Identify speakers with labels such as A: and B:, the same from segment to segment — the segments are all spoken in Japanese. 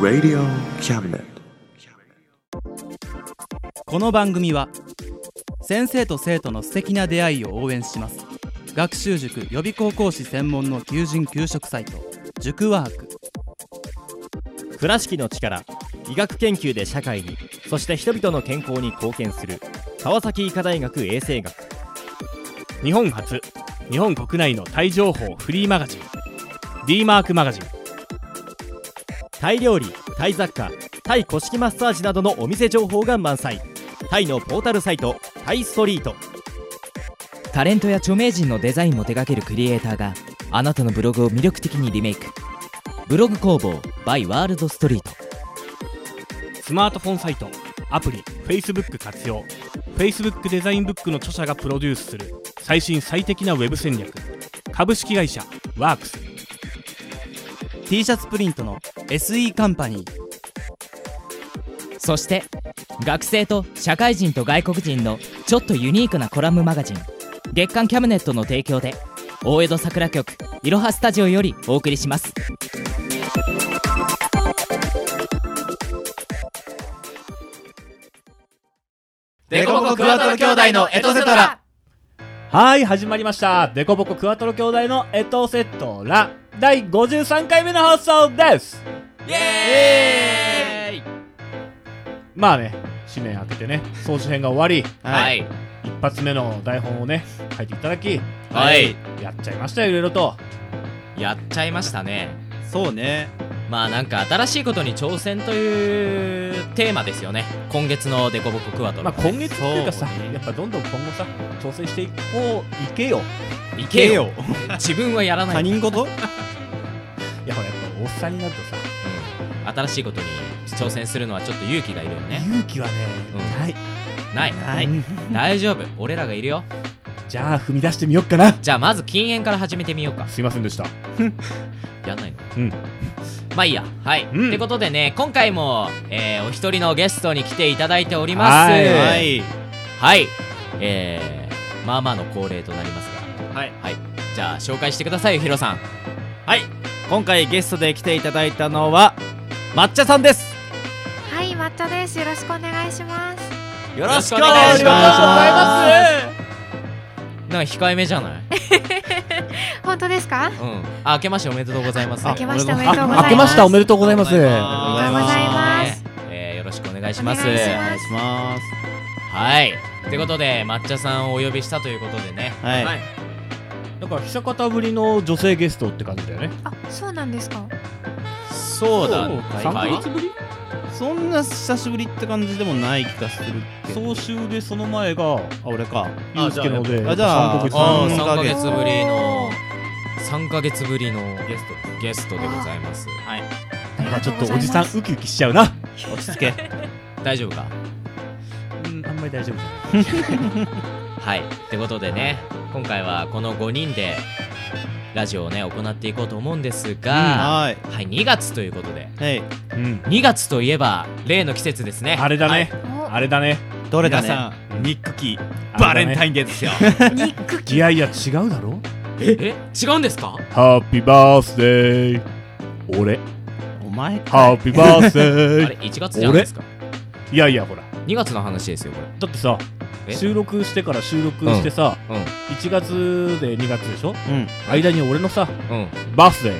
A: Radio Cabinet.
B: この番組は先生と生徒の素敵な出会いを応援します学習塾予備高校講師専門の求人・求職サイト塾ワーク
C: 倉敷の力医学研究で社会にそして人々の健康に貢献する川崎医科大学衛生学
D: 日本初日本国内のタイ情報フリーマガジン d マークマガジン
C: タイ料理タイ雑貨タイ古式マッサージなどのお店情報が満載タイのポータルサイトタイストリート
E: タレントや著名人のデザインも手掛けるクリエイターがあなたのブログを魅力的にリメイクブログ工房 by ワールドストリート
D: スマートフォンサイトアプリ Facebook 活用 Facebook デザインブックの著者がプロデュースする最新最適なウェブ戦略株式会社ワークス
B: T シャツプリントの SE カンパニー
E: そして学生と社会人と外国人のちょっとユニークなコラムマガジン月刊キャムネットの提供で大江戸桜局いろはスタジオよりお送りします
F: デコボコクワトロ兄弟のエトセトラ
D: はい始まりましたデコボコクワトロ兄弟のエトセトラ第53回目の放送です
F: イエーイ
D: まあね新年明けてね総集編が終わり
F: はい
D: 一発目の台本をね書いていただき
F: はい
D: やっちゃいましたよいろいろと
E: やっちゃいましたね
G: そうね
E: まあなんか新しいことに挑戦というテーマですよね今月の「デコボコクワト
D: まあ
E: ロ
D: 今月っていうかさ
E: そうね
D: やっぱどんどん今後さ挑戦していこういけよ」
E: い
G: け
E: けよ
G: よ
E: 自分はやらな
G: 他
E: い、うん、
G: 人事
D: いやほらやっぱおっさんになるとさ
E: 新しいことに挑戦するのはちょっと勇気がいるよね
D: 勇気はね
E: うん
D: ない
E: な
G: は
E: い
G: い
E: 大丈夫俺らがいるよ
D: じゃあ踏み出してみよっかな
E: じゃあまず禁煙から始めてみようか
D: すいませんでした
E: やんないの
D: うん
E: まあいいやはい、
D: うん
E: ってことでね今回も、えーお一人のゲストに来ていただいております
D: はいは
G: はい
E: はいえー、まあまあの恒例となりますが
G: はい、
E: じゃあ紹介してくださいよヒロさん
G: はい、今回ゲストで来ていただいたのは抹茶さんです
H: はい、抹茶です。よろしくお願いします。
G: よ
E: ろしくお
D: あ
E: 願いしますなんか控えめじゃない
H: 本当ですか？
E: うんあ明けましておめでとうございます
H: 明けましておめでとうございます。
D: あ明けましておめでとうございます
G: あ
H: おめでとうございま
E: ね
H: す。
E: えーよろしくお願いし
H: お
E: ま
H: 願い
E: す
H: し
G: お願
H: ま
G: い
H: す。
G: します
E: はいってことで抹茶さんをお呼びしたということでね
G: はい、
D: だから久方ぶりの女性ゲストって感じだよね
H: あ、そうなんですか。
E: そうだね
D: 3ヶ
E: はい
D: 月ぶり
G: そんな久しぶりって感じでもない気がするけど総集でその前があ俺か
D: ゆうすけので
G: あじゃあ
D: 3ヶ月
E: ああ
D: ぶり
E: 3
G: 三
E: ヶ
G: ヶ
E: 月
G: 月
E: ぶりの
H: おー
E: 3ヶ月ぶりのゲストでございます
H: あり
D: ま
H: が
D: あち
H: と
D: ょ
H: う
D: っと
H: ご
D: お
H: ざいま
D: じ
H: す
D: さんウキウキしちゃうな
G: 落ち着け
E: 大丈夫か
D: うんあんまり大丈夫じゃ
E: はいってことでね今回はこの5人でラジオをね行っていこうと思うんですが、
G: はい
E: はい2月ということで
G: はい
D: ないうん
E: 2月といえば例の季節ですね
D: あれだね
H: お、
D: あれだね
G: どれだ
F: 皆
G: ね
F: さんニックキー
D: あれだ
F: バレ
D: ね
F: ンタインデーですよ
H: ニック
D: い
H: キ。
D: やいや違うだろ
E: え違うんですか
D: ハッピーバースデー俺
G: お前
D: ハッピーバース
E: あ
D: デ
E: れ
D: ー
E: 1月じゃないですか
D: いやいやほら
E: 2月の話ですよこれ
D: だってさ
E: え
D: 収録してから収録してさ、
E: うんうん
D: 1月で2月でしょ
G: うん
D: 間に俺のさ
E: うん
D: バースデ
E: うん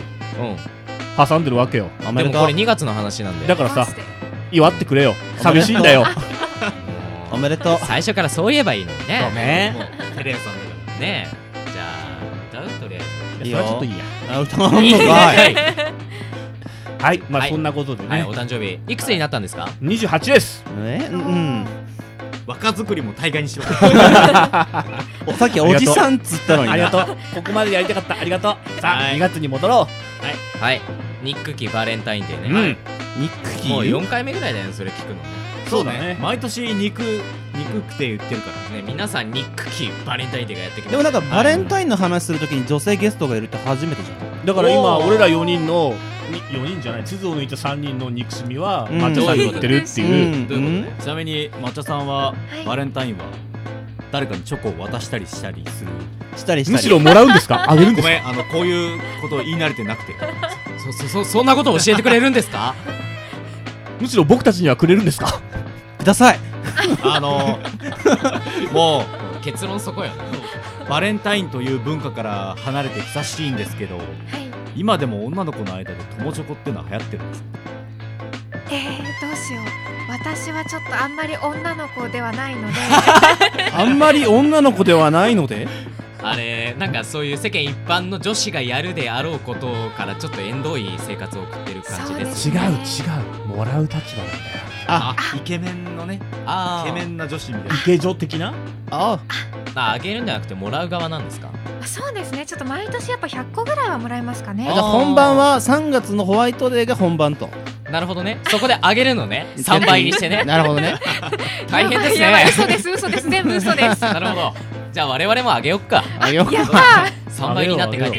D: ー挟んでるわけよ
G: お
E: で
G: めで
E: も
G: と
E: こ
G: う
E: れ2月の話なんで
D: だからさ
H: バースデー
D: 祝ってくれよ寂しいんだよ
G: おめでとう
E: 最初からそう言えばいいのにね
G: ね
F: もうテレ朝さんだか
E: ねえじゃあ歌うとりあえず
G: いい
D: そ
G: よ
D: れはちょっといいや
G: あ歌うのかい
D: はいまあ、
E: はい
D: そんなこと で
E: はい、
D: ね、
E: お誕生日いくつになったんですか、
D: 28です
G: えうん
F: ら若作りも大概にし ろ
G: おさっきおじさんっつったのにな
D: ありがとうここまでやりたかったありがとうさあ、
E: はい
D: 2月に戻ろ
E: はいニックキバレンタインデー
D: う
E: ね、
D: うん、
E: はい
G: ニックキ
E: もう
G: ー
E: 4回目ぐらいだよねそれ聞くのね
D: そうだね
F: 毎年肉肉くて売ってるから
E: ね皆さんニックキバレンタインデーがやってきま
G: で
E: した
G: もなんかバレン
E: イ
G: タインの話するときに女性ゲストがいるって初めてじゃん
D: だから今
E: おー
D: 俺ら4人のに4人じゃない地図を抜いた3人の憎しみは
G: うん
D: 抹茶さんに言ってるっていう、
E: ンどういうことね、
F: ちなみに抹茶さんは
H: はい
F: バレンタインは
I: 誰かにチョコを渡したりしたりする
G: したりしたり
D: むしろもらうんです かあげるんで
I: ご
D: すか
I: めんあのこういうことを言い慣れてなくて
J: そそそそんなこと教えてくれるんです か
D: むしろ僕たちにはくれるんですか
K: ください
I: あ のも
J: 結論そこよ
I: うバレンタインという文化から離れて久しいんですけど
H: はい
I: 今でも女の子の間で友チョコってのは流行ってるんです
H: えー、どうしよう私はちょっとあんまり女の子ではな いので
D: あんまり女の子ではないので
E: あれなんかそういう世間一般の女子がやるであろうことからちょっと縁遠い生活を送ってる感じです
H: そうです
D: うもらう立場なんだよ
I: あイケメンのねイ
E: あ
I: ケ
E: ー
I: メンな女子みたいな
D: イケ女的な
G: あ
E: ああげるんじゃなくてもらう側なんですか
H: あそうですねちょっと毎年やっぱ100個ぐらいはもらえますかね
G: あじゃあ本番は3月のホワイトデーが本番と
E: なるほどねそこであげるのね3倍にし てね
G: なるほどね
E: 大変です
H: やばいやば
E: ね
H: い嘘です嘘です全部嘘です
E: なるほどじゃあ我々もあげよっか
G: あよく
H: やった
E: 3倍になって帰ってく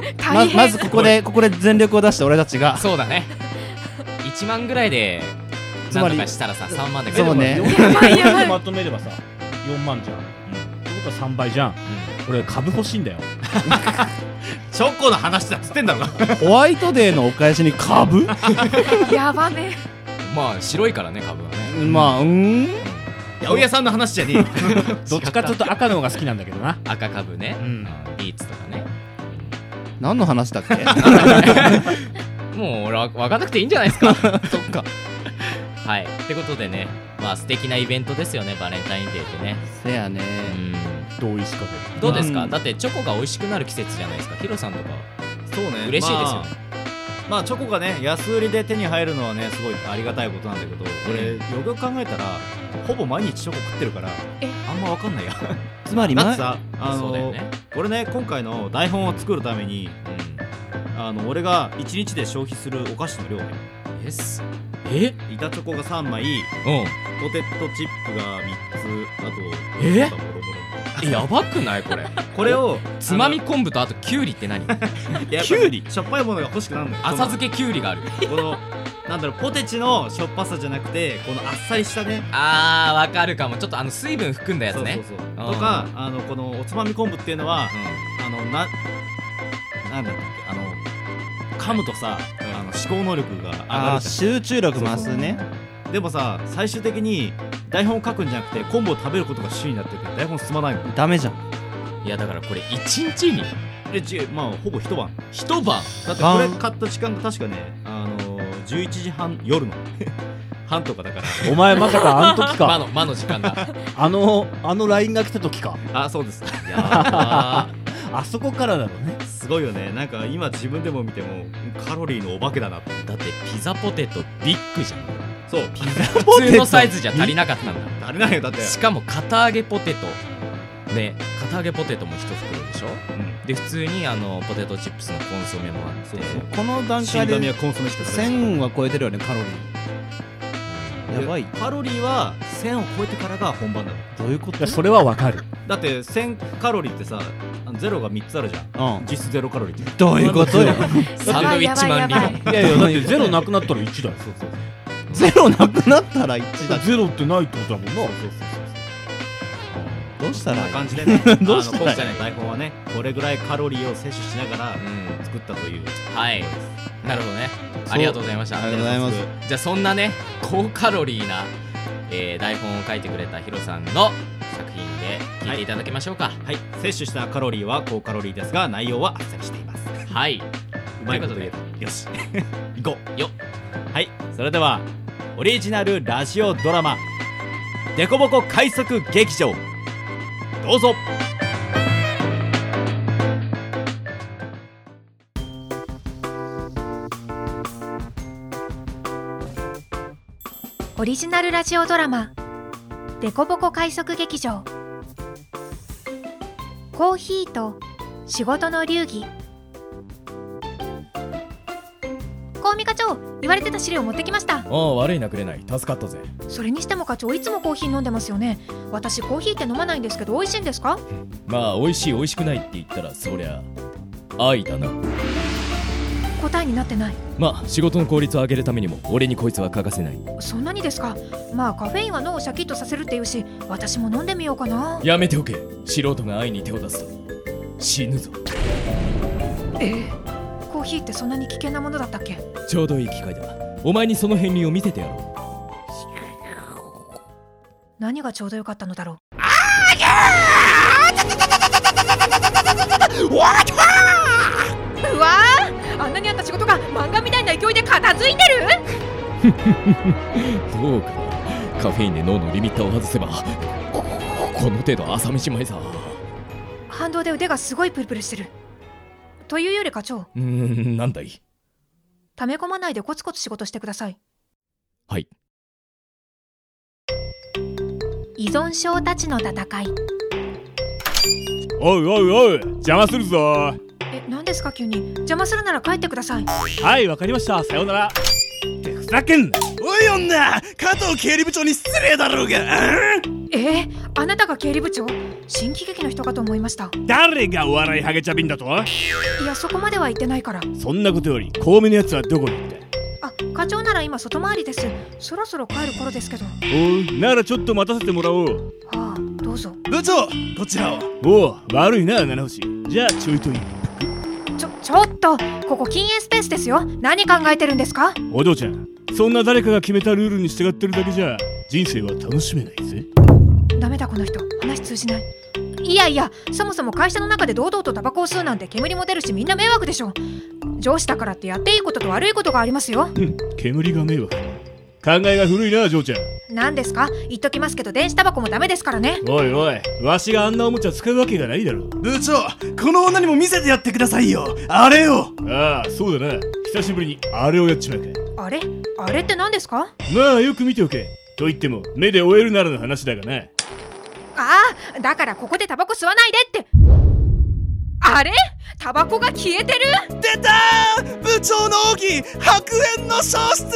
E: る
G: ま
H: 大変、
G: まずここでここで全力を出して俺たちが
E: そうだね1万ぐらいで
G: つ
E: な
G: ま
E: ん
G: り
E: とかしたらさ3万で
G: そうね
D: でも
H: やばいやば
D: で
H: い
D: まとめればさ4万じゃん、ってことは3倍じゃん、俺株欲しいんだよ
I: チョコの話だっつってんだろ
G: ホワイトデーのお返しに株
H: やばね
E: まあ白いからね株はね
G: まあうーん
I: 八百屋さんの話じゃ ねえよ
D: どっちかちょっと赤の方が好きなんだけどな
E: 赤株ね
D: うん
E: ビーツとかね
G: 何の話だっけ
E: もう俺は分かんなくていいんじゃない ですか
G: そっか
E: はいってことでねまあ素敵なイベントですよねバレンタインデーってね
G: せやね
E: うん
D: 同意しか
E: どうですか、
G: うん
E: だってチョコが美味しくなる季節じゃないですかヒロさんとか
I: そうね
E: 嬉しいですよね、
I: まあチョコがね安売りで手に入るのはねすごいありがたいことなんだけど俺よくよく考えたらほぼ毎日チョコ食ってるから
H: え
I: あんまわかん ないやだって
G: つまり前
I: さあ
E: そうだよ
I: の
E: ね、
I: 俺ね今回の台本を作るためにあの俺が1日で消費するお菓子の量ね
E: うん、です
I: え板チョコが3枚
E: う
I: ポテトチップが3つ
E: え
I: あとボロボロ
E: んえやばくない これ
I: これを
E: つまみ昆布とあときゅうりって 何
I: きゅうりしょっぱいものが欲しくなるのよ
E: 浅漬けきゅうりがある
I: このなんだろうポテチのしょっぱさじゃなくてこのあっさりしたね
E: あーわかるかもちょっとあの水分含んだやつね
I: そうそうそうとかあのこのおつまみ昆布っていうのはあのななんだっけあの噛むとさ、あの思考能力が上が
G: あ
I: る
G: ー
I: じ
G: 集中力増すね
I: ゃんでもさ最終的に台本を書くんじゃなくて昆布を食べることが主になってて台本進まないの
G: ダメじゃん
E: うんいやだからこれ一日に
I: でじゅまあほぼ一晩
E: 一晩
I: だってこれ買った時間が確かねあの11時半夜の 半とかだか
D: お前 まさかあの時
E: 魔
D: か
E: の魔の時間だ
D: あのあの LINE が来た時から
I: あそうです
E: いや ー
D: あそこからだろうね
I: すごいよねなんか今自分でも見てもカロリーのお化けだなって
E: だってピザポテトビッグじゃん
I: そうピザ
E: 普通のサイズじゃ足りなかったんだ
I: あれなんよだって
E: しかも片揚げポテトね片揚げポテトも一袋でしょ、
I: ん
E: で普通にあのポテトチップスのコンソメもあって
I: そうそう
G: この段
I: 死
G: 階
I: 神
G: で
I: はコンソメしか食べない
G: 1000は超えてるよねカロリーやばい
I: カロリーは1000を超えてからが本番だろ
G: どういうこと
D: いやそれはわかる
I: だって1000カロリーってさあのゼロが3つあるじゃん
G: うん
I: 実質ゼロカロリーって
G: どういうことよ
E: サンドイッチマン理
H: やばい
E: 論
D: いやいやだってゼロなくなったら1だよ
I: そうそうそう
G: ゼロなくなったら1だ
D: ゼロってないってことだもんな
G: どうした
I: こん
G: ら
I: ない
G: い
I: 感じで ね
G: どうしたらいい
I: あの今回の台本はねこれぐらいカロリーを摂取しながら作ったという
E: うんはいなるほどねありがとうございました
G: ありがとうございます
E: じゃあそんなね高カロリーな、えー台本を書いてくれたヒロさんの作品で聞いていただきましょうか
I: はい摂取したカロリーは高カロリーですが内容はあっ さりしています
E: はい、
I: うまいこと言えたよ し行こう
E: よ
I: はいそれではオリジナルラジオドラマ「デコボコ快速劇場」どうぞ
H: オリジナルラジオドラマ「デコボコ快速劇場」コーヒーと仕事の流儀公務課長言われてた資料持ってきました
L: ああ悪いなくれない助かったぜ
H: それにしても課長いつもコーヒー飲んでますよね私コーヒーって飲まないんですけど美味しいんですか
L: まあ美味しい美味しくないって言ったらそりゃ愛だな
H: 答えになってない
M: まあ仕事の効率を上げるためにも俺にこいつは欠かせない
H: そんなにですかまあカフェインは脳をシャキッとさせるっていうし私も飲んでみようかな
M: やめておけ素人が愛に手を出すと死ぬぞ
H: えコーヒーってそんなに危険なものだったっけ
M: ちょうどいい機会だお前にその片鱗を見せてやろ
H: 何がちょうどよかったのだろううわーあんなにあった仕事が漫画みたいな勢いで片付いてる
M: うどうかなカフェインで脳のリミッターを外せばここの程度朝飯前さ
H: 反動で腕がすごいプルプルしてるというより課長
M: うーんなんだい
H: 溜め込まないでコツコツ仕事してください
M: はい
H: 依存症たちの戦い
D: おうおうおう邪魔するぞ
H: え何ですか急に邪魔するなら帰ってください
D: はいわかりましたさようならってふざけんな
N: おい女加藤経理部長に失礼だろうがうん
H: えー、あなたが経理部長新喜劇の人かと思いました
D: 誰がお笑いハゲチャビンだと
H: いやそこまでは言ってないから
D: そんなことより小梅のやつはどこにいた
H: あ課長なら今外回りですそろそろ帰る頃ですけど
D: おうならちょっと待たせてもらおう
H: どうぞ
N: 部長こちらを
D: おう悪いな七星じゃあちょいといい
H: ちょちょっとここ禁煙スペースですよ何考えてるんですか
D: お嬢ちゃんそんな誰かが決めたルールに従ってるだけじゃ人生は楽しめないぜ
H: ダメだこの人話通じないいやいやそもそも会社の中で堂々とタバコを吸うなんて煙も出るしみんな迷惑でしょ上司だからってやっていいことと悪いことがありますよ
D: うん煙が迷惑考えが古いな嬢ちゃん
H: 何ですか言っときますけど電子タバコもダメですからね
D: おいおいわしがあんなおもちゃ使うわけがないだろ
N: 部長この女にも見せてやってくださいよあれを
D: ああそうだな久しぶりにあれをやっちまうか
H: あれあれって何ですか
D: まあよく見ておけと言っても目で終えるならの話だがな
H: ああだからここでタバコ吸わないでってあれタバコが消えてる
N: 出たー部長の奥義白煙の消失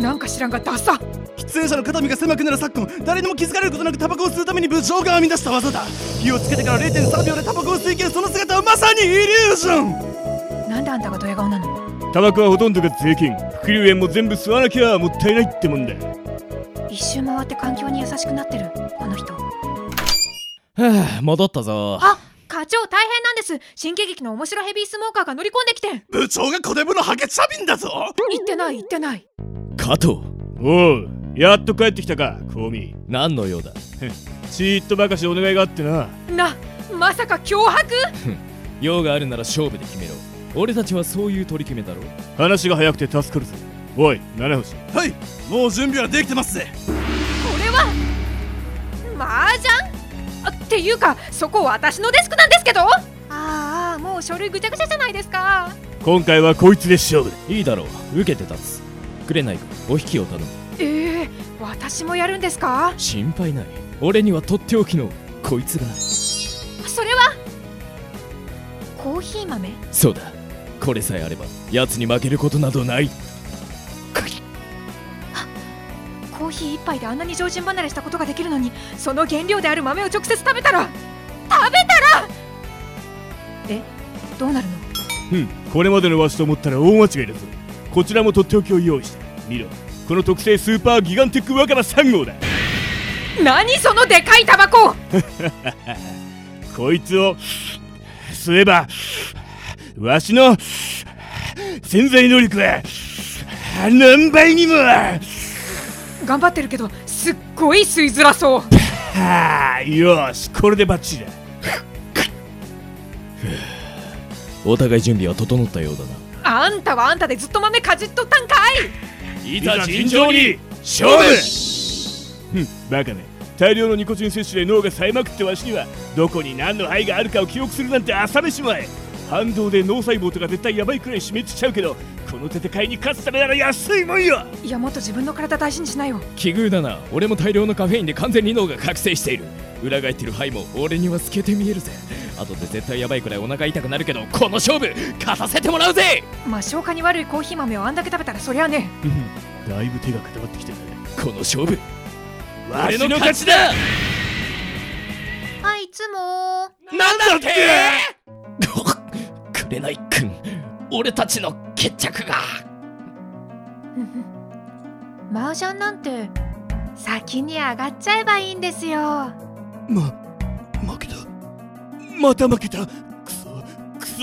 H: なんか知らんがダサ
N: 出演者の肩身が狭くなる昨今誰にも気づかれることなくタバコを吸うために部長が編み出した技だ火をつけてから0.3秒でタバコを吸い切るその姿はまさにイリュージョン
H: なんであんたがドヤ顔なの
D: タバコはほとんどが税金副流煙も全部吸わなきゃもったいないってもんだ
H: 一周回って環境に優しくなってるこの人
O: ふぅ戻ったぞ
H: あ課長大変なんです新喜劇の面白ヘビースモーカーが乗り込んできて
N: 部長が小デブのハゲチャビンだぞ
H: 言ってない言ってない
D: 加藤おうやっと帰ってきたかコウミ
M: 何の用だ
D: ちーっとばかしお願いがあってな
H: なまさか脅迫
M: 用があるなら勝負で決めろ俺たちはそういう取り決めだろ
D: 話が早くて助かるぞおい七星
N: はいもう準備はできてますぜ
H: これは麻雀あっていうかそこ私のデスクなんですけどあーあーもう書類ぐちゃぐちゃじゃないですか
D: 今回はこいつで勝負だ
M: いいだろう受けて立つくれないかお引きを頼む
H: ええー、私もやるんですか
M: 心配ない俺にはとっておきのこいつが
H: それはコーヒー豆
M: そうだこれさえあれば奴に負けることなどない
H: コーヒー一杯であんなに常人離れしたことができるのにその原料である豆を直接食べたら食べたらえどうなるの
D: うんこれまでのわしと思ったら大間違いだぞこちらもとっておきを用意した見ろこの特製スーパーギガンティックワカラ3号だ
H: 何そのでかいタバコ
D: こいつを吸えばわしの潜在能力は何倍にも
H: 頑張ってるけどすっごい吸いづらそう
D: はあよしこれでバッチリだ
M: お互い準備は整ったようだな
H: あんたはあんたでずっと豆かじっとったんか
D: い
M: ざ尋常に勝
D: 負ふんバカね大量のニコチン摂取で脳が冴えまくってわしにはどこに何の肺があるかを記憶するなんて朝飯前反動で脳細胞とか絶対やばいくらい死滅しちゃうけどこの戦いに勝つためなら安いもんよ
H: いいやもっと自分の体大事にしなよ
M: 奇遇だな俺も大量のカフェインで完全に脳が覚醒している裏返ってる肺も俺には透けて見えるぜ後で絶対やばいくらいお腹痛くなるけどこの勝負勝たせてもらうぜ
H: まあ消化に悪いコーヒー豆をあんだけ食べたらそりゃね
D: だいぶ手が固まってきてるね
M: この勝負
D: わ
M: 俺の勝ちだ
H: あいつも
M: なんだってくれないくん
P: 俺たちの決着が
H: 麻雀なんて先に上がっちゃえばいいんですよ
Q: ま、負けた。また負けた。くそ、くそ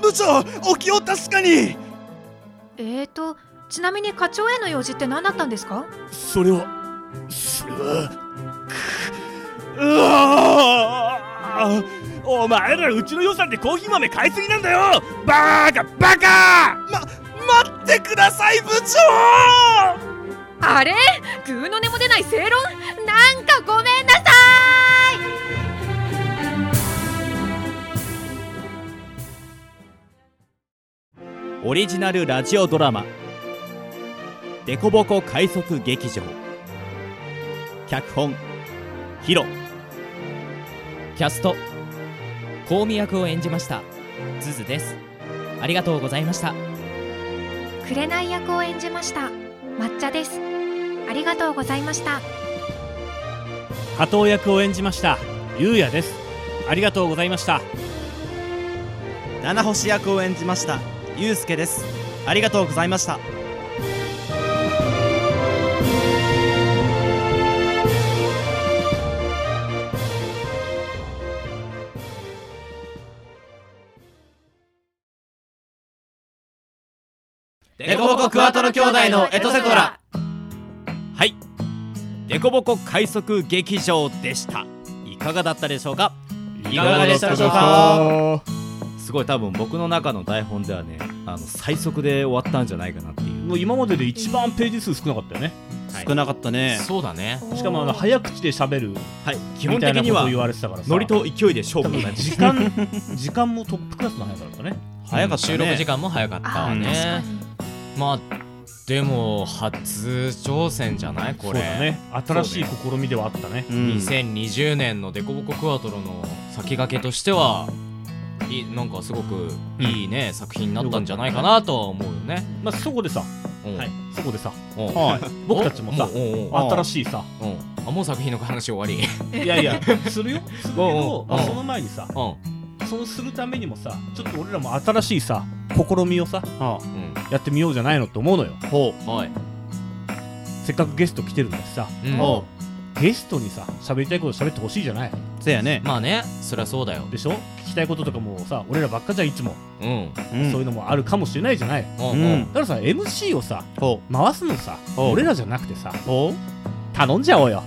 Q: 部長、お気を確かに
H: えーとちなみに課長への用事って何だったんですか
Q: それは、それは、くうわ
R: あお前らうちの予算でコーヒー豆買いすぎなんだよバーカバカ
Q: ま、待ってください、部長
H: あれグーの根も出ない正論なんかごめんなさ
I: オリジナルラジオドラマ「デコボコ快速劇場」脚本ヒロ
S: キャスト香美役を演じましたズズですありがとうございました
H: い紅役を演じました抹茶ですありがとうございました
T: 加藤役を演じましたゆうやですありがとうございました
G: 七星役を演じましたゆうすけですありがとうございました
E: デコボコクワトロ兄弟のエトセトラ
I: はいデコボコ快速劇場でしたいかがだったでしょうか
U: いかがでしたでしょうか
I: すごい多分僕の中の台本ではねあの最速で終わったんじゃないかなっていう
D: もう今までで一番ページ数少なかったよね、
I: い
D: 少なかったね
E: そうだね
D: しかもあの早口で喋る
I: はい基
D: 基本
I: 本的
D: 的
I: に
D: に
I: は
D: は言われてたからさ
I: ノリと勢いで勝負
D: 多分時間時間もトップクラスの速さだったね
E: 早かったね収録時間も早かったわねあー確かまあでも初挑戦じゃないこれ
D: そうだね新しい試みではあったね
E: 2020年のデコボコクワトロの先駆けとしてはいいなんかすごくいいね、作品になったんじゃないかなとは思うよね
D: まあそこでさ、
E: はい、
D: そこでさ、
E: うん
D: はい僕たちもさ
E: おうおうおう
D: 新しいさ
E: うんあもう作品の話終わり
D: いやいやするよするけ
E: おうおう
D: どまあ
E: うん
D: その前にさそのするためにもさちょっと俺らも
R: 新しいさ試みをさ、やってみようじゃないのって思うのよせっかくゲスト来てるんだしさ、
E: うん
D: おゲストにさ喋りたいこと喋ってほしいじゃない
E: せやねまあねそりゃそうだよ
D: でしょ聞きたいこととかもさ俺らばっかじゃんいつも、
E: うん
D: そういうのもあるかもしれないじゃない、
E: うん うん
D: だからさ MC をさ回すのさ俺らじゃなくてさ頼んじゃおうよ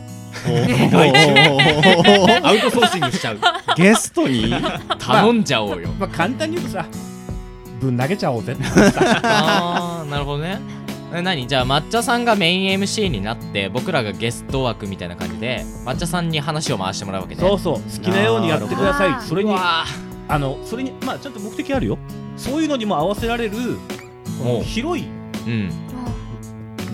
E: アウトソーシングしち ゃう
D: ゲストに
E: 頼んじゃおうよ
D: まあ簡単に言うとさぶん投げちゃおう ぜって
E: あーなるほどねえ何じゃあ抹茶さんがメイン MC になって僕らがゲスト枠みたいな感じで抹茶さんに話を回してもらうわけね
D: そうそう好きなようにやってくださいそれに
E: あ
D: のそれにまあちゃんと目的あるよそういうのにも合わせられるこの広い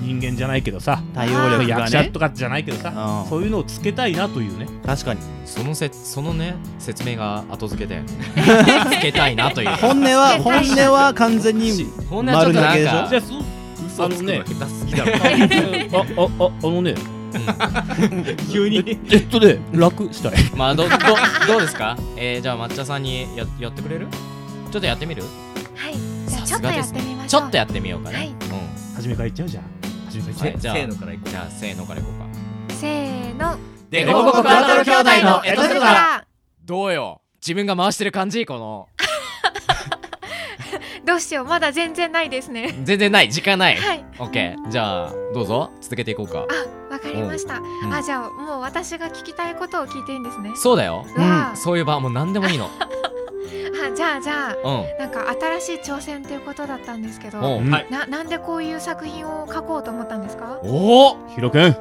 D: 人間じゃないけどさ
G: 対応力がね
D: 役者とかじゃないけどさそういうのをつけたいなというね
G: 確かに
E: そのせそのね説明が後付けだよねつけたいなという
G: 本音は本音は完全に
E: 本音はちょっ
G: 丸
E: と
G: 投げでし
E: なんか
G: ょ
E: 嘘つくの下手すぎだろ
D: ああああのね
E: 急に
D: えっとね楽したい
E: まあどどどうですかえー、じゃあ抹茶さんにややってくれるちょっとやってみる
H: はい
E: じゃあちょっとやってみましょうちょっとやってみようかね、はい、うん
D: 初めからいっちゃうじゃん初めから
E: はい
D: っ
E: じ
D: ち
E: ゃあ
D: ゃう
E: せーのからいこうじゃあせーのからいこうか
H: せーの
E: デ
H: コボコクワトロ兄弟のエトセトラ
E: どうよ自分が回してる感じこの
H: どうしようまだ全然ないですね
E: 全然ない時間ない、
H: はい
E: オッケーじゃあどうぞ続けていこうか
H: わかりました、
E: ん
H: あじゃあもう私が聞きたいことを聞いていいんですね
E: そうだよ、
H: わあ
E: そういえばもう何でもいいの
H: あじゃあじゃあ、
E: うん
H: なんか新しい挑戦っていうことだったんですけど、
E: おうはい
H: ななんでこういう作品を書こうと思ったんですか
E: おお
D: ひろくん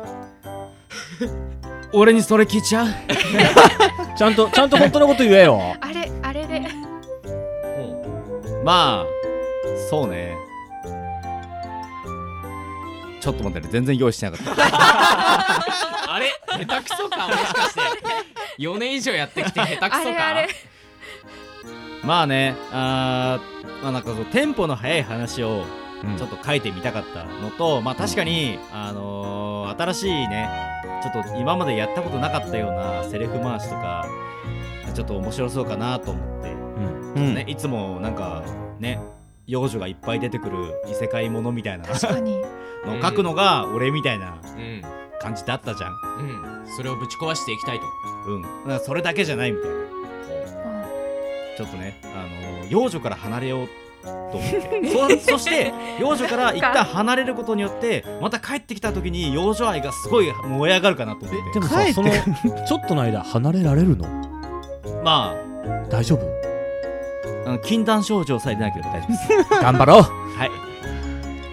E: 俺にそれ聞いちゃう
D: ちゃんとちゃんと本当のこと言えよ
H: あれあれで
I: まあそうねちょっと待ってね全然用意してなかっ た
E: あれ下手くそかもしかして4年以上やってきて下手くそか
H: あれ あれ
I: まあねあーまあなんかそのテンポの速い話をちょっと書いてみたかったのと、まあ確かに、あのー新しいねちょっと今までやったことなかったようなセレフ回しとかちょっと面白そうかなと思って、ちょっとねいつもなんかね幼女がいっぱい出てくる異世界ものみたいな
H: 確かに
I: のを書くのが俺みたいな
E: うん
I: 感じだったじゃん、
E: うんそれをぶち壊していきたいと
I: うん、だからそれだけじゃないみたいなちょっとね、あの幼女から離れようと思って そそして幼女から一旦離れることによってまた帰ってきた時に幼女愛がすごい燃え上がるかなと思って
B: でもさそのちょっとの間離れられるの
I: ま
B: 大丈夫
I: ああの禁断症状さえ出なければ大丈夫です
B: 頑張ろう
I: はい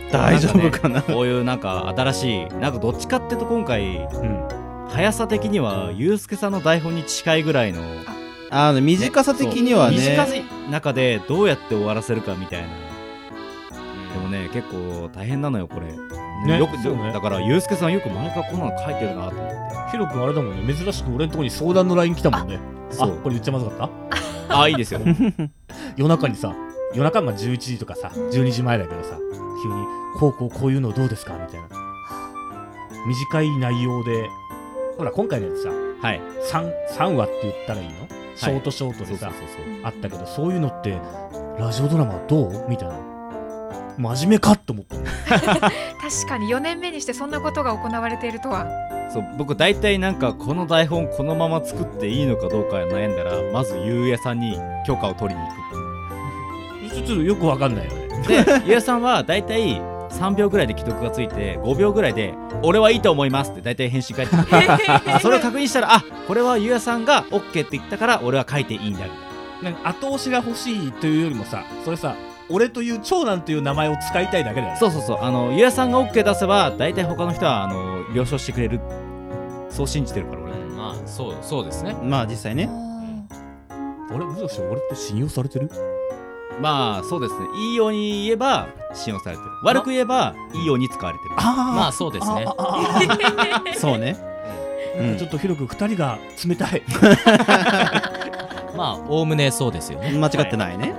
B: 大丈夫か
I: な,、こういうなんか新しいなんかどっちかっていうと今回、速さ的にはユうスケさんの台本に近いぐらいの
G: あの短さ的にはね
I: そう短い中でどうやって終わらせるかみたいなでもね結構大変なのよこれ、
D: ね
I: よく
D: そうね
I: だからユうスケさんよく毎回こんなの書いてるなと思って
D: ヒロ君あれだもんね珍しく俺のとこに相談の LINE 来たもんねあ
I: そう
D: これ言っちゃまずかった
I: あいいですよ
D: 夜中にさ夜中まあ11時とかさ12時前だけどさ急に「こうこうこういうのどうですか?」みたいな短い内容でほら今回のやつさ、
I: はい、
D: 3, 3話って言ったらいいのショートショートでさ、あったけどそういうのってラジオドラマどうみたいな真面目かと思った
H: 確かに4年目にしてそんなことが行われているとは
I: そう僕大体なんかこの台本このまま作っていいのかどうか悩んだらまずゆうやさんに許可を取りに行く
D: ちょっとよくわかんないよね
I: でゆうやさんは大体3秒ぐらいで既読がついて5秒ぐらいで「俺はいいと思います」って大体返信返ってくるそれを確認したら「あこれはゆうやさんが OK って言ったから俺は書いていいんだ」
D: なんか後押しが欲しいというよりもさそれさ俺という長男という名前を使いたいだけだよね
I: そうそうそうあのゆうやさんが OK 出せば大体他の人はあの了承してくれるそう信じてるから俺
E: まあそうそうですね
G: まあ実際ね
D: あれもしかして俺って信用されてる
I: まあそうですねいいように言えば信用されてる悪く言えばいいように使われてる
D: あー
E: まあそうですね
G: そうね
D: なんかちょっと広く二人が冷たい
E: まあおおむねそうですよね
G: 間違ってないね、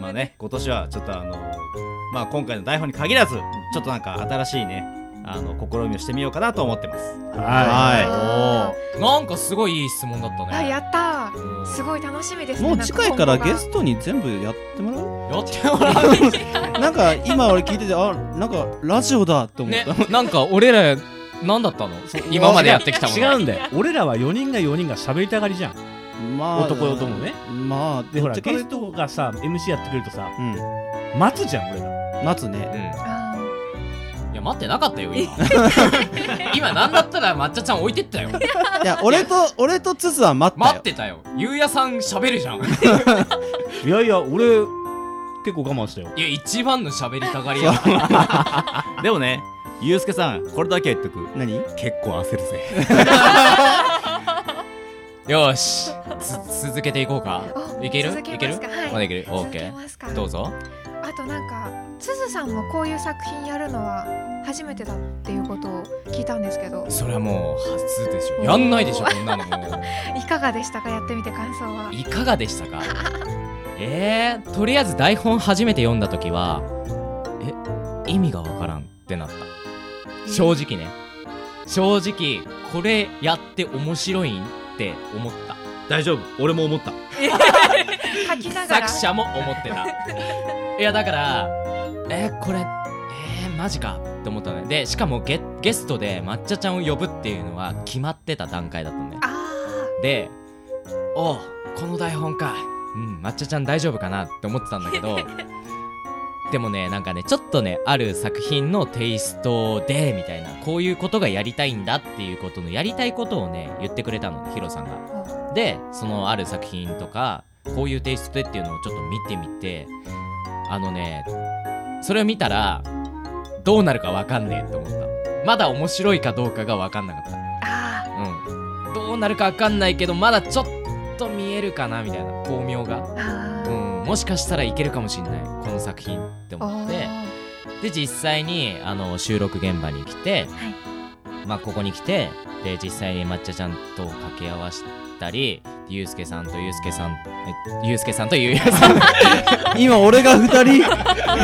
I: まあね、今年はちょっとあの、まあ今回の台本に限らず、ちょっとなんか新しいね、あの、試みをしてみようかなと思ってます。
E: はなんかすごいいい質問だった
H: あ
E: ね
H: やったーすごい楽しみですね
G: もう次回からゲス
H: ト
G: トに全部やってもら う
E: やっても らう
G: なんか今俺聞いててあなんかラジオだと思っ
E: ね
G: た、
E: なんか俺ら何だったの今までやってきたもの
D: 違うんだよ俺らは4人が4人が喋りたがりじゃん
G: まあ
D: 男よともね
G: まあ
D: でほら
G: ぶっちゃけ
D: ゲストがさ MC やってくれるとさ、待つじゃん俺ら
G: 待つね
E: いや待ってなかったよ今今なんだったら抹茶ちゃん置いてったよ
G: いや俺と俺とつつは待ったよ
E: 待ってたよゆうやさん喋るじゃんい
D: いやいや俺結構我慢したよ
E: や一番の喋りたがりや
I: でもね、ゆうすけさん、これだけは言っとく。
G: 何
I: 結構焦るぜ。
E: よしつ続けていこうかいける
H: 続け
E: いける
H: ますかはい
E: まだいけるオーケ
H: ますか
E: ーどうぞ
H: あとなんかつづさんもこういう作品やるのは初めてだっていうことを聞いたんですけど
E: それはもう初でしょやんないでしょこんなのもう
H: いかがでしたかやってみて感想はい
E: かがでしたかえー、とりあえず台本初めて読んだ時はえ意味がわからんってなった正直ね正直これやって面白いんって思った
I: 大丈夫俺も思った
H: 書きながら
E: 作者も思って たいやだからえーこれえーマジかって思ったねでしかもゲゲストで抹茶ちゃんを呼ぶっていうのは決まってた段階だったんだよでおうこの台本かうん抹茶ちゃん大丈夫かなって思ってたんだけどでもねなんかねちょっとねある作品のテイストでみたいなこういうことがやりたいんだっていうことのやりたいことをね言ってくれたのねヒロさんが。でそのある作品とかこういうテイストでっていうのをちょっと見てみてあのねそれを見たらどうなるかわかんねえって思ったまだ面白いかどうかがわかんなかったうんどうなるかわかんないけどまだちょっと見えるかなみたいな巧妙がうんもしかしたらいけるかもしんないこの作品って思ってで実際にあの収録現場に来て、まあここに来てで実際に抹茶ちゃんと掛け合わせたりゆうすけさんとゆうすけさんえゆうすけさんとゆうやさん
G: 今俺が2人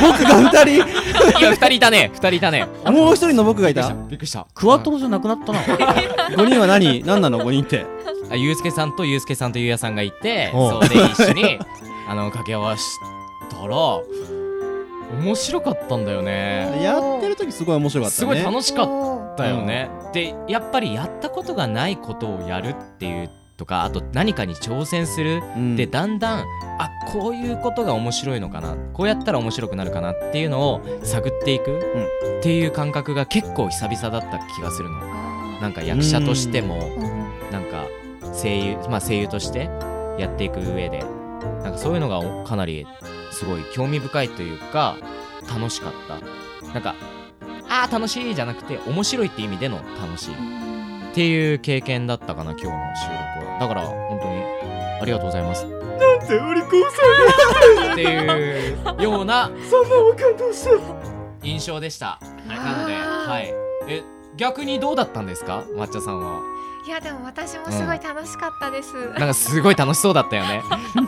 G: 僕が2人
E: 今二人いたね二人いたね
G: もう一人の僕がいた
E: びっくりした
G: クワッドじゃなくなったな 5人は何何なの5人って
E: あゆうすけさんとゆうすけさんとゆうやさんがいて
G: おう
E: そうで一緒にあの掛け合わせたら面白かったんだよね
G: やってる時すごい面白かったね
E: すごい楽しかったよね、でやっぱりやったことがないことをやるっていうとかあと何かに挑戦する、でだんだんあこういうことが面白いのかなこうやったら面白くなるかなっていうのを探っていく、っていう感覚が結構久々だった気がするのなんか役者としても、なんか声優まあ声優としてやっていく上でなんかそういうのがおかなりすごい興味深いというか楽しかったなんかあー楽しいじゃなくて面白いって意味での楽しいっていう経験だったかな今日の収録はだから本当にありがとうございます
V: なんでお利口さんなんだ
E: っていうような
V: そんなお感動した
E: 印象でしたなのではいえ逆にどうだったんですか抹茶さんはい
H: やでも私もすごい楽しかったです、
E: なんかすごい楽しそうだったよ ね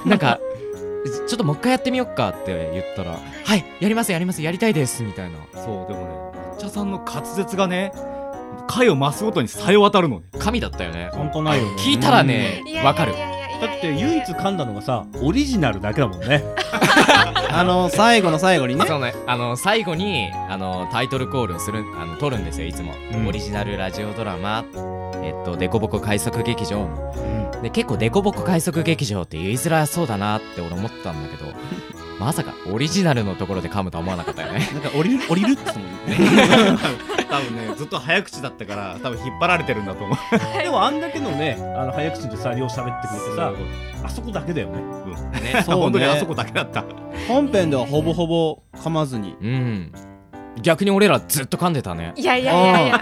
E: なんかちょっともう一回やってみよっかって言ったら「はいやりますやりますやりたいです」みたいな
I: そうでもね抹茶さんの滑舌がね回を増すごとにさえ渡るのね
E: 神だったよね
D: 本当ないよね
E: 聞いたらねわかる
D: だって唯一噛んだのがさオリジナルだけだもんね
E: あの最後の最後にねそうねあの最後にあのタイトルコールをするあの撮るんですよいつも、オリジナルラジオドラマえっと「デコボコ快速劇場」で結構デコボコ快速劇場って言いづらそうだなって俺思ったんだけ どまさかオリジナルのところで噛むとは思わなかったよ ね
G: なんか降りる降りるって言ってたもん
I: ね多分ねずっと早口だったから多分引っ張られてるんだと思う
D: でもあんだけのねあの早口でさよう喋ってくれてさあそこだけだよね,、
G: ねそうね
I: 本当にあそこだけだった
G: 本編ではほぼほぼ噛まずに
E: うん逆に俺らずっと噛んでたね
H: いやいやいやいや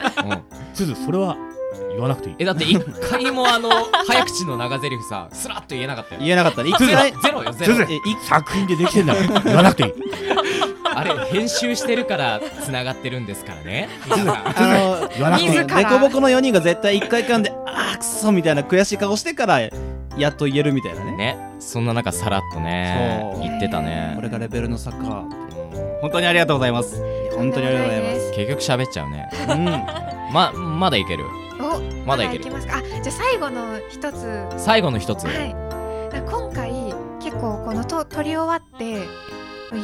D: すずそれは言わなくていい
E: えだって一回も あの早口の長ゼリフさスラッと言えなかったよ
G: 言えなかったね
E: ゼロゼロよゼロ
G: え
D: 作品でできてんだから言わなくていい
E: あれ編集してるからつながってるんですからね
G: あの
E: 言わなくていい
G: デコボコの4人が絶対1回噛んであーくそみたいな悔しい顔してからやっと言えるみたいなね
E: ねそんな中さらっとね
G: そう
E: 言ってたね
G: これがレベルのサッカ
E: ー本当にありがとうございます
G: 本当にありがとうございます
E: 結局喋っちゃうねうんままだいける
H: お
E: まだいける
H: きますかあじゃあ最後の一つ
E: 最後の一つ
H: はいだから今回結構このと撮り終わって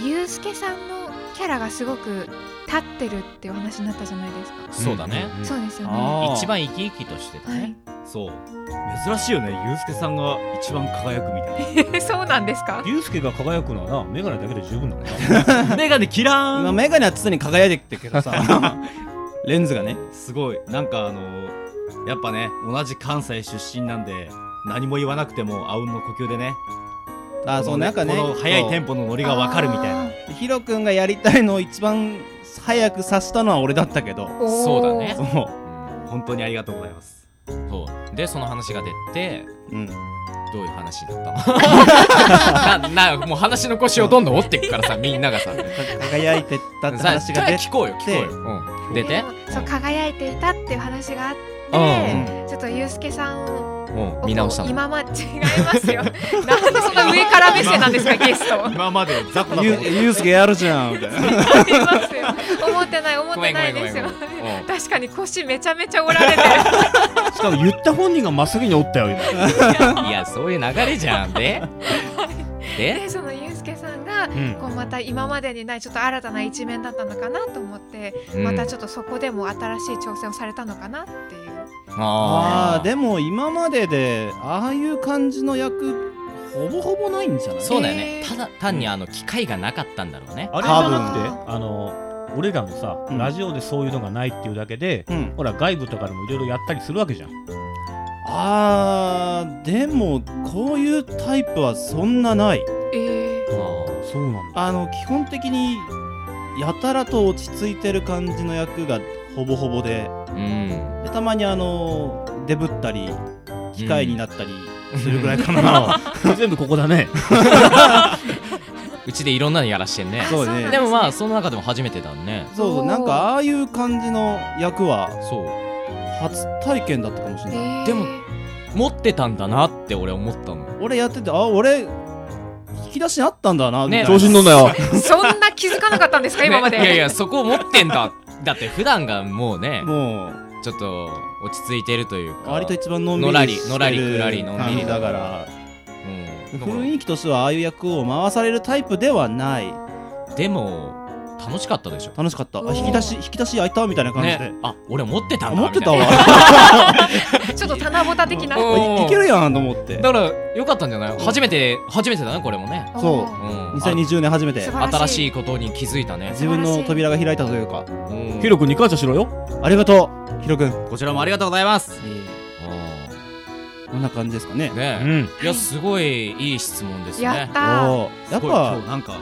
H: ゆうすけさんのキャラがすごく立ってるっていうお話になったじゃないですか
E: そうだね、
H: そうですよ
E: あ
H: ね
E: ー一番生き生きとしてたね、
I: そう珍しいよねユうスケさんが一番輝くみたいな
H: そうなんですか
D: ユうスケが輝くのはなメガネだけで十分なのね
G: メガネキラーンメガネは常に輝いてきてるけど さレンズがね
I: すごいなんかあのーやっぱね同じ関西出身なんで何も言わなくてもあうんの呼吸でね
G: あそうなんかね
I: この速いテンポのノリがわかるみたいな
G: なヒロ君がやりたいのを一番早く察したのは俺だったけど
E: おーそうだね
G: そう
I: 本当にありがとうございます
E: そうでその話が出て、
G: うん、ど
E: ういう話だった のななもう話の腰をどんどん折っていくからさみんながさ
G: 輝いてったって話が出て
E: 聞こうよ聞こうよ、うん、出て
H: そう輝いていたっていう話があって
E: うん
H: ちょっとゆうすけさんを
E: うん見直したの
H: 今ま違いますよ なんでそんな上から目線なんですかゲスト
I: 今まで雑魚だと
G: ゆ
I: 思って
G: ゆうすけやるじゃんみたいな
H: 思ってない思ってないですよ
G: ごめんごめんごめんうん
H: 確かに腰めちゃめちゃ折ら れて
D: しかも言った本人が真っ先におったよ
E: 今いやそういう流れじゃん で
H: で
E: で
H: そのゆうすけさんが、
E: うん
H: こうまた今までにないちょっと新たな一面だったのかなと思って、
G: うん
H: またちょっとそこでも新しい挑戦をされたのかなっていう
G: あーでも今まででああいう感じの役ほぼほぼないんじゃない
E: そうだよねただ単にあの機会がなかったんだろうね
D: あれじゃなくてあの俺らもさ、ラジオでそういうのがないっていうだけで、ほら外部とかでもいろいろやったりするわけじゃん
G: あーでもこういうタイプはそんなない
H: え
D: あそうなんだ
G: あの基本的にやたらと落ち着いてる感じの役がほぼほぼで,、でたまにあのデブったり機械になったりするぐらいか な、
D: 全部ここだね
E: うちでいろんなのやらしてんね
G: そうね
E: でもまあその中でも初めてだね
G: そうそうなんかああいう感じの役は
E: そう
G: 初体験だったかもしれない、
E: でも持ってたんだなって俺思ったの
G: 俺やっててあ俺引き出しあったんだな、
E: ね
G: みたい
E: 調子に乗んなよ
H: そんな気づかなかったんですか今まで、
E: ねいやいやそこを持ってんだだって普段がもうね
G: もう
E: ちょっと落ち着いてるというか
G: 割と一番のんびり
E: のらり
G: してる
E: のらりくらりのんびり
G: 感じだから
E: うんだから
G: 雰囲気としてはああいう役を回されるタイプではない
E: でも楽しかったでしょ
G: 楽しかったあ引き出し引き出し開いたみたいな感じで、
E: ねあ俺持ってたんだ
G: 持ってたわ
E: み
H: ちょっと棚ぼた的な
E: うん
G: いいけるやんと思って
E: だからよかったんじゃない初めて初めてだねこれもね
G: そう、2020年初めて
E: 新しいことに気づいたね
G: 自分の扉が開いたというか
E: うん
D: ヒロ君に感謝しろよ
G: ありがとうヒロ君
E: こちらもありがとうございます
G: こんな感じですかね
E: ね
G: うん
E: いやすごいいい質問ですね
G: やったーおーやっぱ
E: すごい今日
W: なんか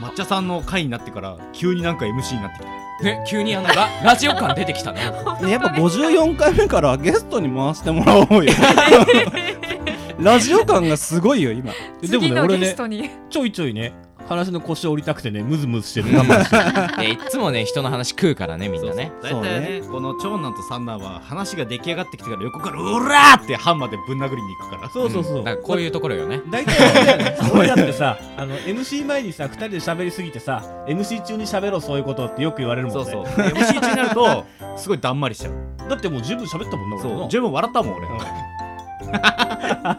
W: 抹茶さんの回になってから急になんか MC になってきた
E: ね急にあのララジオ感出てきたね
G: でやっぱ54回目からゲストに回してもらお うよラジオ感がすごいよ今
D: でもね俺ね
H: に
D: ちょいちょいね話の腰を折りたくてねムズムズしてる我慢してる
E: でいつもね人の話食うからねみんなね
W: 大体ねこの長男と三男は話が出来上がってきてから横から「オラー!」ってハンマーでぶん殴りに行くから
D: そうそうそう
E: だからこういうところよね
D: 大体俺だってさあの MC 前にさ2人で喋りすぎてさ MC 中に喋ろうそういうことってよく言われるもんね
W: そうそう MC 中になるとすごいだんまりしちゃう
D: だってもう十分喋ったもんな
W: そ
D: 俺
W: う
D: な
W: 十分笑ったもん俺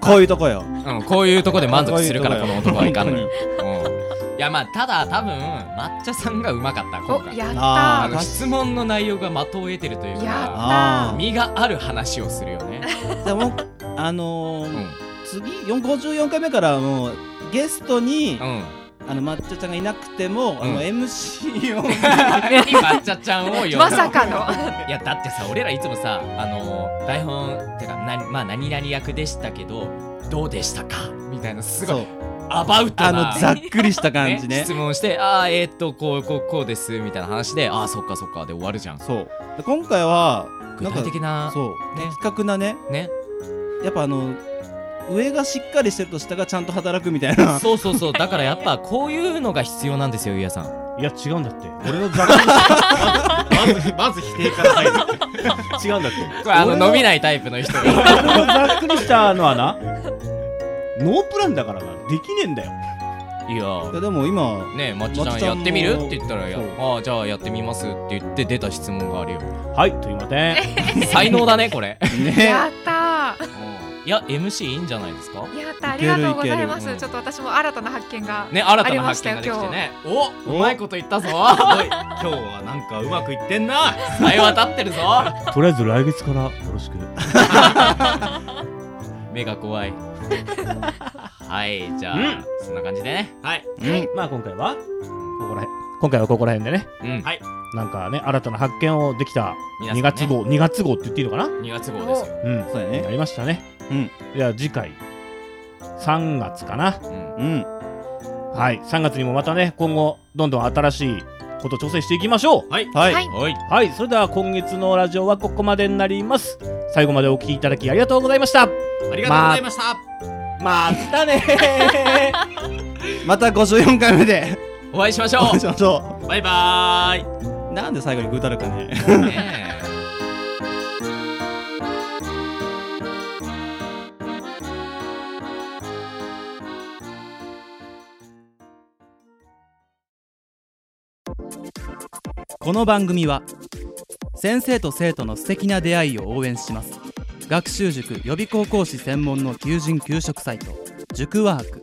G: こういうとこよ
E: うんこういうとこで満足する から
G: こう
E: この
G: いうと
E: 男
G: こよ
E: はいかんのようんいやまあただ多分抹茶さんがうまかった今回
H: おやったー
E: あの質問の内容が的を得てるという
G: やった
E: か
G: ー
E: 身がある話をするよね
G: で もあのー次4 54回目からもうゲストに、あの抹茶ちゃんがいなくても、あの MC を
E: 抹茶ちゃんを呼ぶ
H: まさかの
E: いやだってさ俺らいつもさあのー台本てかなまあ何々役でしたけどどうでしたかみたいなすごいアバウト
G: あ
E: な
G: のざっくりした感じ ね
E: 質問してああえーっとこうこうこうですみたいな話でああそっかそっかで終わるじゃん
G: そうで今回は
E: 具体的なん
G: かそう、
E: ね
G: 的確なね
E: ね
G: やっぱあの上がしっかりしてると下がちゃんと働くみたい な
E: そうそうそうだからやっぱこういうのが必要なんですよゆうやさん
D: いや違うんだって俺の
W: まず否定から 入る
D: 違うんだって
E: これあ
D: 俺
E: の
D: の
E: 伸びないタイプの人
D: 俺のざっくりしたのはなノープランだからなできねえんだよ
E: いや
G: でも今
E: ねえまっちゃん
D: まっち
E: や
D: ゃんも
E: ってみるって言ったらやああじゃあやってみますって言って出た質問があるよ
D: はいというまて
E: 才能だねこれ
H: やった
E: いや MC いいんじゃないですか
H: ーやったーありがとうございま
E: いけ
H: す
E: るいける
H: ちょっと私も新たな発見が
E: ね新
H: あ
E: た
H: り
E: な
H: まし
E: 発
H: た
E: 見
H: よ
E: ができ
H: 今日
E: てねおうまいこと言ったぞ
W: おい 今日はなんかうまくいってんな
E: さえ渡ってるぞ
D: とりあえず来月からよろしく
E: 目が怖いはいじゃあ、
D: うん
E: そんな感じでねはい、
D: まあ今回はここら辺今回はここら辺でね、
E: うんはい
D: なんかね新たな発見をできた
E: 皆さんね
D: 2月号、2月号って言っていいのかな
E: 2月号ですよ
D: うんそうやねやりましたねうんじゃあ次回3月かなうん、はい3月にもまたね今後どんどん新しいこと挑戦していきましょう
W: はい
D: はい、
E: はいはい
D: それでは今月のラジオはここまでになります最後までお聞きいただきありがとうございましたあ
W: ありがとうございました、
D: またね
G: また54回目で
E: お会いしましょう
G: お会いしましょ
E: バイバーイ
G: うなんで最後にグータルかね
X: この番組は先生と生徒の素敵な出会いを応援します学習塾予備高校師専門の求人・求職サイト塾ワーク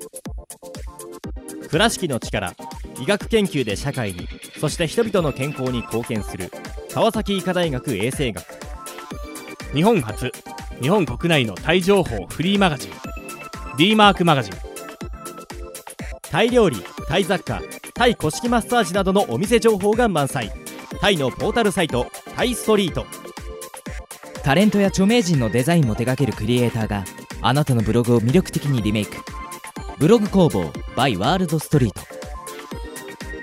I: 倉敷の力医学研究で社会にそして人々の健康に貢献する川崎医科大学衛生学
D: 日本初日本国内のタイ情報フリーマガジン D マークマガジン
I: タイ料理タイ雑貨タイ古式マッサージなどのお店情報が満載タイのポータルサイトタイストリート
B: タレントや著名人のデザインも手掛けるクリエイターがあなたのブログを魅力的にリメイクブログ工房 by ワールドストリート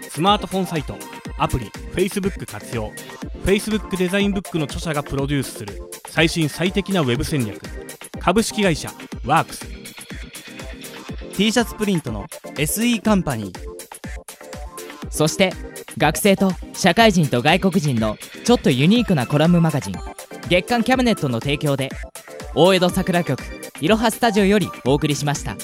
D: スマートフォンサイトアプリ Facebook 活用 Facebook デザインブックの著者がプロデュースする最新最適なウェブ戦略株式会社ワークス
X: T シャツプリントの SE カンパニー
B: そして学生と社会人と外国人のちょっとユニークなコラムマガジン月刊キャムネットの提供で大江戸桜局いろはスタジオよりお送りしました。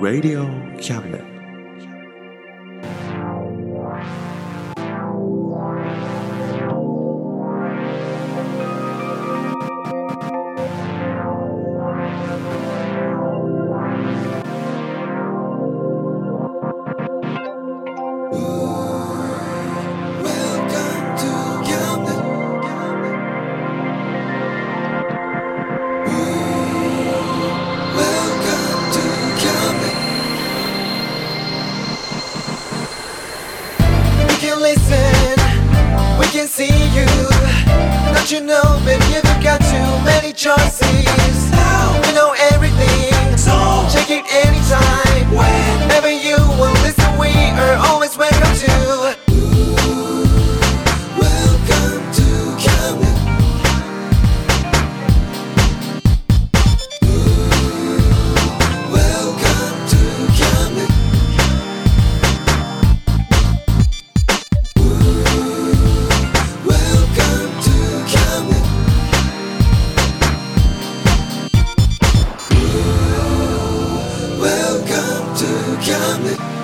A: Radio Cabinet.
Y: you know, baby, you've got too many choices. You know everything, so check it anytime. Whenever you will listen, we are always welcome to. Welcome to Camden. Welcome to Camden. Welcome to Camden. Welcome to Camden.